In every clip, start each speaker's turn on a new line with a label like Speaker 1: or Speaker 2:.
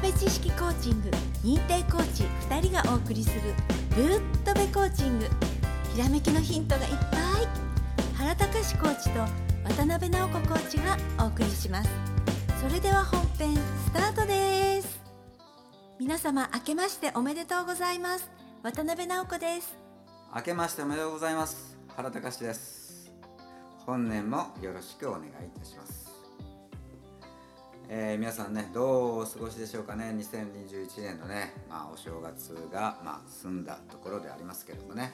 Speaker 1: 部知識コーチング認定コーチ2人がお送りする「ぶーっとべコーチング」ひらめきのヒントがいっぱい原隆コーチと渡辺直子コーチがお送りしますそれでは本編スタートです皆様明けましておめでとうございます渡辺直子です
Speaker 2: 明けましておめでとうございます原隆です本年もよろしくお願いいたします、えー皆さんねどうお過ごしでしょうかね2021年のね、まあ、お正月が、まあ、済んだところでありますけれどもね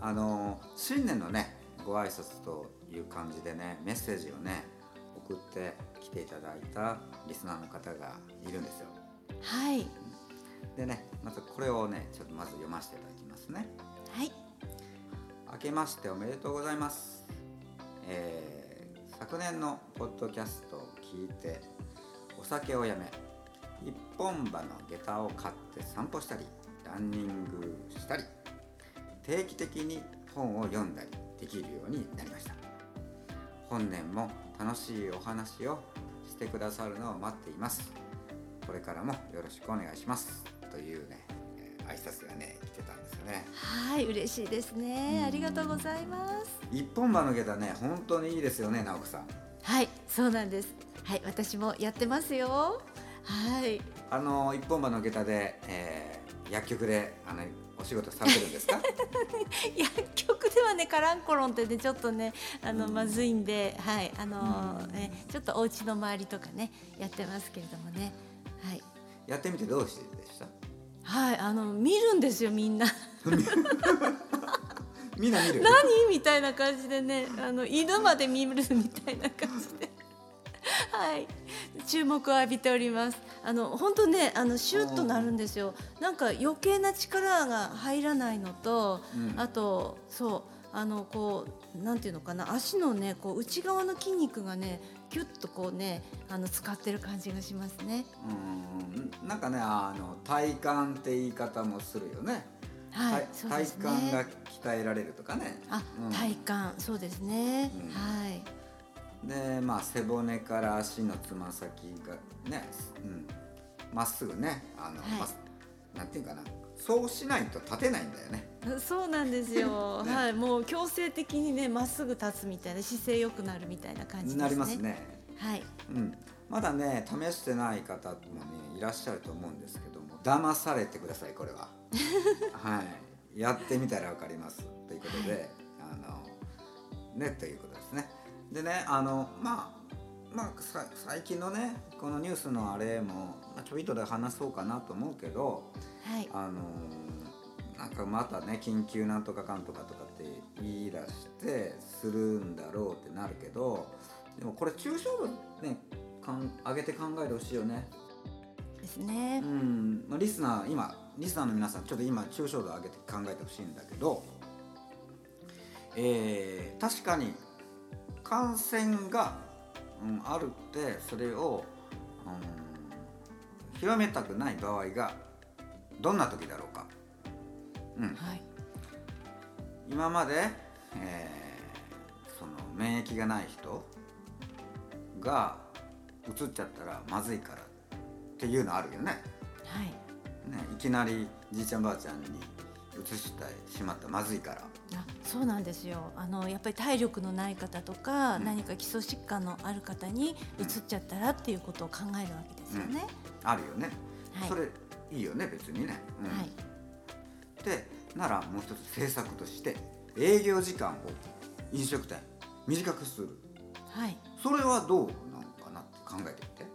Speaker 2: あの新年のねご挨拶という感じでねメッセージをね送ってきていただいたリスナーの方がいるんですよ
Speaker 1: はい
Speaker 2: でねまずこれをねちょっとまず読ませていただきますね
Speaker 1: はい
Speaker 2: 明けましておめでとうございます、えー昨年のポッドキャストを聞いてお酒をやめ一本歯の下駄を買って散歩したりランニングしたり定期的に本を読んだりできるようになりました本年も楽しいお話をしてくださるのを待っていますこれからもよろしくお願いしますというねえー挨拶がね来てたんですよね
Speaker 1: はい嬉しいですねありがとうございます
Speaker 2: 一本歯の下駄ね本当にいいですよね直子さん
Speaker 1: はいそうなんですはい私もやってますよはい
Speaker 2: あの一本歯の下駄で、えー薬局であのお仕事されてる んですか
Speaker 1: 薬局ではねカランコロンってねちょっとねあの、
Speaker 2: うん
Speaker 1: まずいんではいあの
Speaker 2: うん
Speaker 1: ねちょっとお家の周りとかねやってますけれどもねはい
Speaker 2: やってみてどうしてでした
Speaker 1: はいあの見るんですよみんな
Speaker 2: みんな見る
Speaker 1: 何みたいな感じでねあの犬まで見るみたいな感じで。はい、注目を浴びております。あの本当ね、あのシュッとなるんですよ。なんか余計な力が入らないのと、
Speaker 2: うん
Speaker 1: あとそうあのこうなんていうのかな足のねこう内側の筋肉がねキュッとこうねあの使ってる感じがしますね。
Speaker 2: うんなんかねあの体幹って言い方もするよね,体、
Speaker 1: はい、そう
Speaker 2: 体
Speaker 1: です
Speaker 2: 幹
Speaker 1: ね。
Speaker 2: が鍛えられるとかね
Speaker 1: あ、
Speaker 2: うん
Speaker 1: 体幹そうですね。
Speaker 2: うん
Speaker 1: はい。
Speaker 2: でまあ背骨から足のつま先がねうんま、っすぐねあの、
Speaker 1: はい
Speaker 2: まっすなんていうかなそうしないと立てないんだよね
Speaker 1: そうなんですよ。
Speaker 2: ね
Speaker 1: はい、もう強制的にねまっすぐ立つみたいな姿勢良くなるみたいな感じですね。
Speaker 2: なります。ね
Speaker 1: はい。
Speaker 2: うん、まだね試してない方もねいらっしゃると思うんですけども騙されてくださいこれははいやってみたら分かりますということで、
Speaker 1: は
Speaker 2: あのねということですねでねあのまあまあさ最近のねこのニュースのあれも、まあ、ちょびっとで話そうかなと思うけど
Speaker 1: はい。
Speaker 2: あのーなんかまたね緊急なんとかかんとかとかって言い出してするんだろうってなるけどでもこれ抽象度ねかん上げて考えてほしいよね。
Speaker 1: ですね
Speaker 2: う。んまあリスナー今リスナーの皆さんちょっと今抽象度上げて考えてほしいんだけど、えー確かに感染が、うん、あるってそれを、うん、広めたくない場合がどんな時だろうか。うん、
Speaker 1: はい。
Speaker 2: 今まで、えーその免疫がない人がうつっちゃったらまずいからっていうのあるよね。
Speaker 1: はい。
Speaker 2: ね、いきなりじいちゃんばあちゃんに移してしまったらまずいから、
Speaker 1: あそうなんですよあのやっぱり体力のない方とか、
Speaker 2: うん
Speaker 1: 何か基礎疾患のある方にうつっちゃったらっていうことを考えるわけですよね。
Speaker 2: あるよね、
Speaker 1: はい、
Speaker 2: それいいよね別にね。うん
Speaker 1: はい、
Speaker 2: でならもう一つ政策として営業時間を飲食店短くする
Speaker 1: はい、
Speaker 2: それはどうなのかなって考えてみて。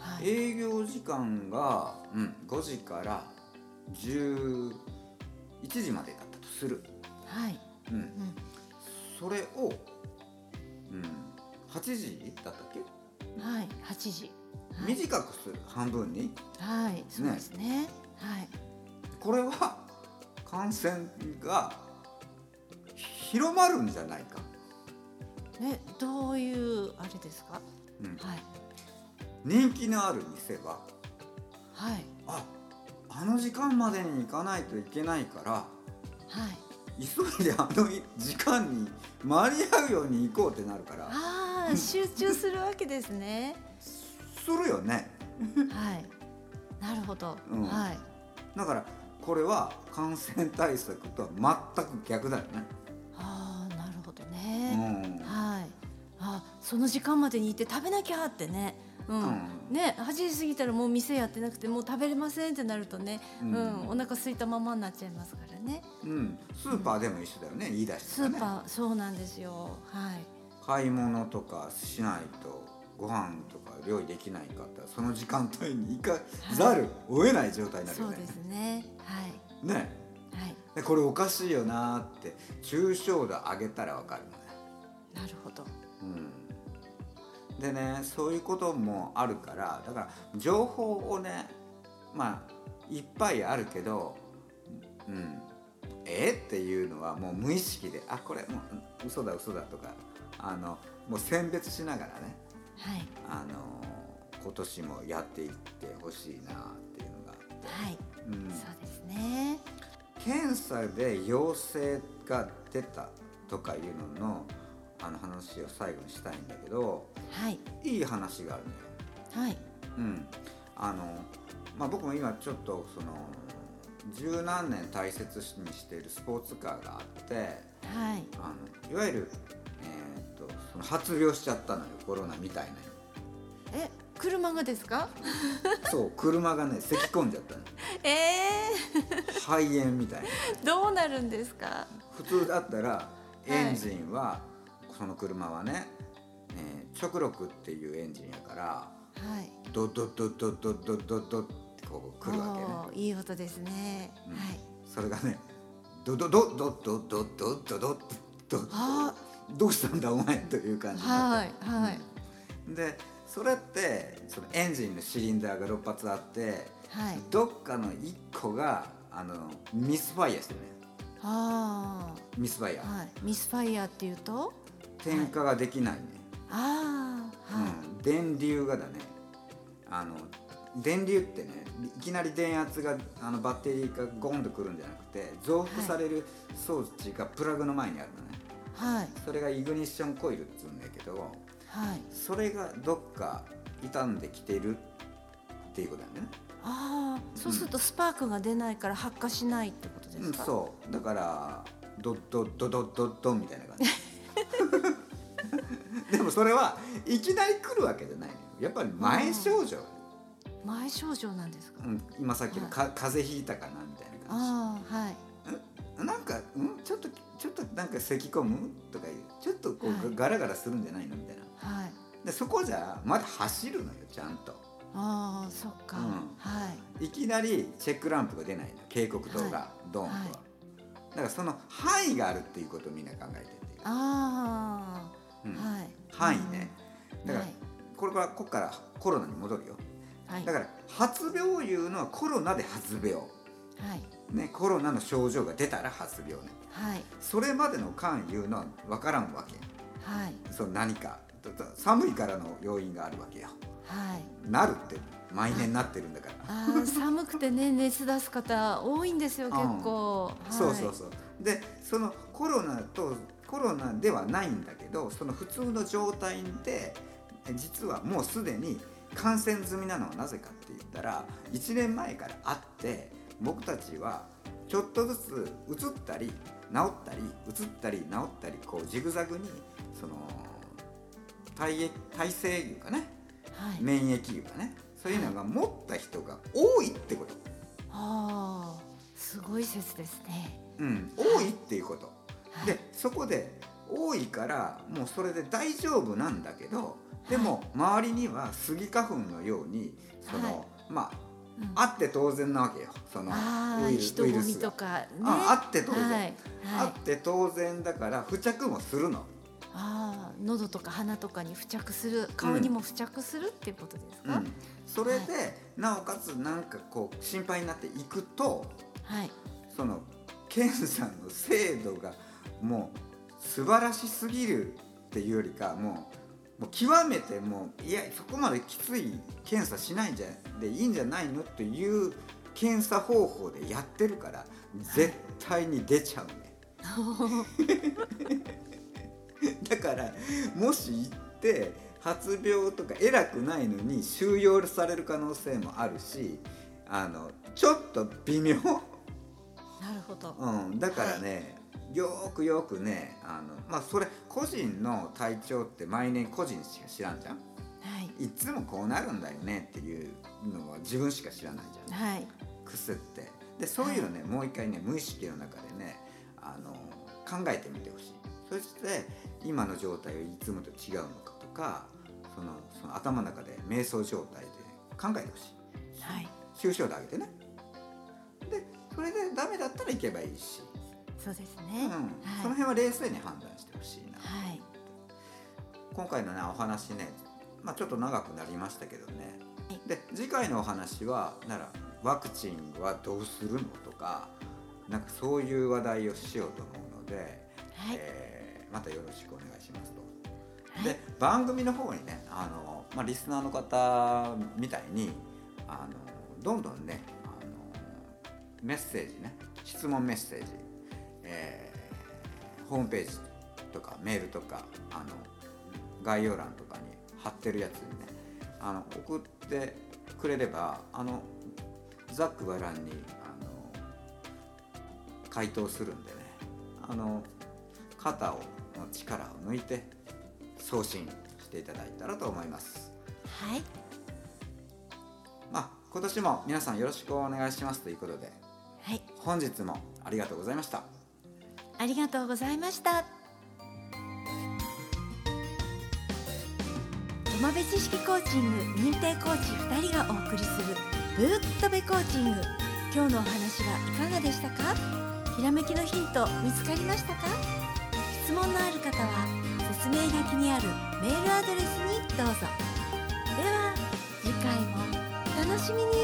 Speaker 1: はい、
Speaker 2: 営業時間が、うん、5時から11時までだったとする、
Speaker 1: はい、
Speaker 2: うん、
Speaker 1: うん、
Speaker 2: それを、うん、8時だったっけ、
Speaker 1: はい、八時。はい、
Speaker 2: 短くする半分に
Speaker 1: はい、そうですね。はい、
Speaker 2: これは感染が広まるんじゃないか、
Speaker 1: ね、どういうあれですか。
Speaker 2: うん、
Speaker 1: はい、
Speaker 2: 人気のある店は
Speaker 1: はい、
Speaker 2: ああの時間までに行かないといけないから
Speaker 1: はい。
Speaker 2: 急いであの時間に間に合うように行こうってなるから
Speaker 1: ああ、集中するわけですね。
Speaker 2: するよね
Speaker 1: はい、なるほど、
Speaker 2: うん
Speaker 1: はい
Speaker 2: だからこれは感染対策とは全く逆だよね。
Speaker 1: ああなるほど
Speaker 2: う
Speaker 1: ね、
Speaker 2: ん
Speaker 1: はいあその時間までに行って食べなきゃってねうん、
Speaker 2: うん
Speaker 1: ね8時過ぎたらもう店やってなくてもう食べれませんってなるとね、
Speaker 2: う
Speaker 1: うんんお腹空いたままになっちゃいますからね
Speaker 2: うん、スーパーでも一緒だよね言い出し
Speaker 1: ス
Speaker 2: たら
Speaker 1: ー
Speaker 2: ね
Speaker 1: パーそうなんですよはい
Speaker 2: 買い物とかしないとご飯とか料理できないかったらその時間帯に行かざるを得ない状態になる
Speaker 1: そ
Speaker 2: よ
Speaker 1: う
Speaker 2: ね
Speaker 1: ですねはい
Speaker 2: ね
Speaker 1: はい
Speaker 2: でこれおかしいよなーって抽象度上げたらわかるのね
Speaker 1: なるほど
Speaker 2: うん、でねそういうこともあるからだから情報をねまあいっぱいあるけど、うん、えっていうのはもう無意識であこれもう嘘だ嘘だとかあのもう選別しながらね
Speaker 1: はい
Speaker 2: あの今年もやっていってほしいなっていうのが、
Speaker 1: はい、
Speaker 2: うん、
Speaker 1: そうですね
Speaker 2: 検査で陽性が出たとかいうののあの話を最後にしたいんだけど。
Speaker 1: はい
Speaker 2: いい話があるのよ。
Speaker 1: はい
Speaker 2: うん、あのまあ僕も今ちょっとその十何年大切にしているスポーツカーがあって
Speaker 1: はい
Speaker 2: あのいわゆる、えー、とその発病しちゃったのよコロナみたいな
Speaker 1: え車がですか
Speaker 2: そう車がね咳き込んじゃったのよ
Speaker 1: え
Speaker 2: 肺炎みたいな
Speaker 1: ー、 どうなるんですか
Speaker 2: 普通だったら
Speaker 1: い
Speaker 2: エンジンは、その車はね、えー直力っていうエンジンやから
Speaker 1: はい
Speaker 2: ドドドドドドドドってこう来るわけね。
Speaker 1: おーいい音ですね、
Speaker 2: うん
Speaker 1: はい
Speaker 2: それがね「ドドドドドドドドドド
Speaker 1: あ
Speaker 2: どうしたんだお前」という感じになっ
Speaker 1: はいはい
Speaker 2: てでそれってそのエンジンのシリンダーが6発あって
Speaker 1: はい
Speaker 2: どっかの1個があのミスファイアしてるね
Speaker 1: あ
Speaker 2: ミスファイ
Speaker 1: あ
Speaker 2: ア、
Speaker 1: はいミスファイアっていうと
Speaker 2: 点火ができないね、
Speaker 1: ああはい、
Speaker 2: うん、電流がだねあの電流ってねいきなり電圧があのバッテリーがゴンとくるんじゃなくて増幅される装置がプラグの前にあるのね、
Speaker 1: はい
Speaker 2: それがイグニッションコイルっつうんだけど
Speaker 1: はい
Speaker 2: それがどっか傷んできてるっていうことだよね、
Speaker 1: ああそうするとスパークが出ないから発火しないってことで
Speaker 2: う
Speaker 1: す
Speaker 2: ん、
Speaker 1: か、
Speaker 2: そうだからドッドッドドッドッドみたいな感 じでもそれはいきなり来るわけじゃないのよやっぱり前症状、
Speaker 1: 前症状なんですか、
Speaker 2: うん、今さっきのか風邪ひいたかなみたいな感
Speaker 1: ああはい
Speaker 2: じなんか、うん、ちょっとちょっとなんか咳込むとかいうちょっとこう、
Speaker 1: はい
Speaker 2: ガラガラするんじゃないのみたいな
Speaker 1: はい
Speaker 2: でそこじゃまだ走るのよちゃんと。
Speaker 1: ああそっか、
Speaker 2: うん
Speaker 1: はい
Speaker 2: いきなりチェックランプが出ないの警告灯が、
Speaker 1: は
Speaker 2: ドーンとは、
Speaker 1: はい
Speaker 2: だからその範囲があるっていうことをみんな考えてるっていう
Speaker 1: あ
Speaker 2: う
Speaker 1: あ、
Speaker 2: ん
Speaker 1: はい
Speaker 2: 範囲ね、だから、
Speaker 1: はい
Speaker 2: これからここからコロナに戻るよ
Speaker 1: はい
Speaker 2: だから発病いうのはコロナで発病
Speaker 1: はい
Speaker 2: ねコロナの症状が出たら発病ね
Speaker 1: はい
Speaker 2: それまでの間いうのは分からんわけ
Speaker 1: はい
Speaker 2: その何かだだ寒いからの要因があるわけよ
Speaker 1: はい
Speaker 2: なるって毎年なってるんだから、
Speaker 1: あー寒くて ね熱出す方多いんですよ
Speaker 2: ん
Speaker 1: 結構、はい、
Speaker 2: そうそうそうでそのコロナとコロナではないんだけどその普通の状態でえ実はもうすでに感染済みなのはなぜかって言ったら1年前からあって僕たちはちょっとずつ移ったり治ったり移ったり治ったりこうジグザグにその体液体制いうかね
Speaker 1: はい、
Speaker 2: 免疫いうかねそういうのが持った人が多いってこと、
Speaker 1: ああすごい説ですね
Speaker 2: うん、多いっていうこと。
Speaker 1: はい
Speaker 2: でそこで多いからもうそれで大丈夫なんだけどでも周りにはスギ花粉のようにその、
Speaker 1: はい
Speaker 2: ま
Speaker 1: うん
Speaker 2: ああって当然なわけよその
Speaker 1: ああ
Speaker 2: ウイル
Speaker 1: 人
Speaker 2: ウイル
Speaker 1: 混み
Speaker 2: ス
Speaker 1: と
Speaker 2: が、
Speaker 1: かね
Speaker 2: ああって当然
Speaker 1: はいはい、
Speaker 2: あって当然だから付着もするの、
Speaker 1: ああ喉とか鼻とかに付着する顔にも付着するっていうことです
Speaker 2: う
Speaker 1: か、
Speaker 2: ん、それで、なおかつなんかこう心配になっていくと
Speaker 1: はい
Speaker 2: その検査の精度がもう素晴らしすぎるっていうよりかもうもう極めてもういやそこまできつい検査しないんじゃでいいんじゃないのっていう検査方法でやってるから絶対に出ちゃうねだからもし行って発病とか偉くないのに収容される可能性もあるしあのちょっと微妙、
Speaker 1: なるほど
Speaker 2: うん、だからね、よーくよくねあのまあそれ個人の体調って毎年個人しか知らんじゃん
Speaker 1: はい
Speaker 2: いつもこうなるんだよねっていうのは自分しか知らないじゃん
Speaker 1: はい
Speaker 2: 癖ってでそういうのね、もう一回ね無意識の中でねあの考えてみてほしいそして今の状態はいつもと違うのかとかそのその頭の中で瞑想状態で考えてほしい
Speaker 1: はい
Speaker 2: 抽象度上げてねでそれでダメだったら行けばいいし、
Speaker 1: そうですね、
Speaker 2: うん
Speaker 1: はい
Speaker 2: その辺は冷静に判断してほしいな
Speaker 1: はい
Speaker 2: 今回のねお話ね、まあ、ちょっと長くなりましたけどね
Speaker 1: はい
Speaker 2: で次回のお話はならワクチンはどうするのとかなんかそういう話題をしようと思うので、
Speaker 1: はい
Speaker 2: えーまたよろしくお願いしますと。
Speaker 1: はい
Speaker 2: で番組の方にねあの、まあ、リスナーの方みたいにあのどんどんねあのメッセージね質問メッセージ、えーホームページとかメールとかあの概要欄とかに貼ってるやつにねあの送ってくれればあのざっくばらんにあの回答するんでねあの肩をの力を抜いて送信していただいたらと思います。
Speaker 1: はい
Speaker 2: まあ、今年も皆さんよろしくお願いしますということで
Speaker 1: はい
Speaker 2: 本日もありがとうございました。
Speaker 1: ありがとうございましたトマベ知識コーチング認定コーチ2人がお送りするぶーっとべコーチング今日のお話はいかがでしたかひらめきのヒント見つかりましたか質問のある方は説明書きにあるメールアドレスにどうぞでは次回もお楽しみに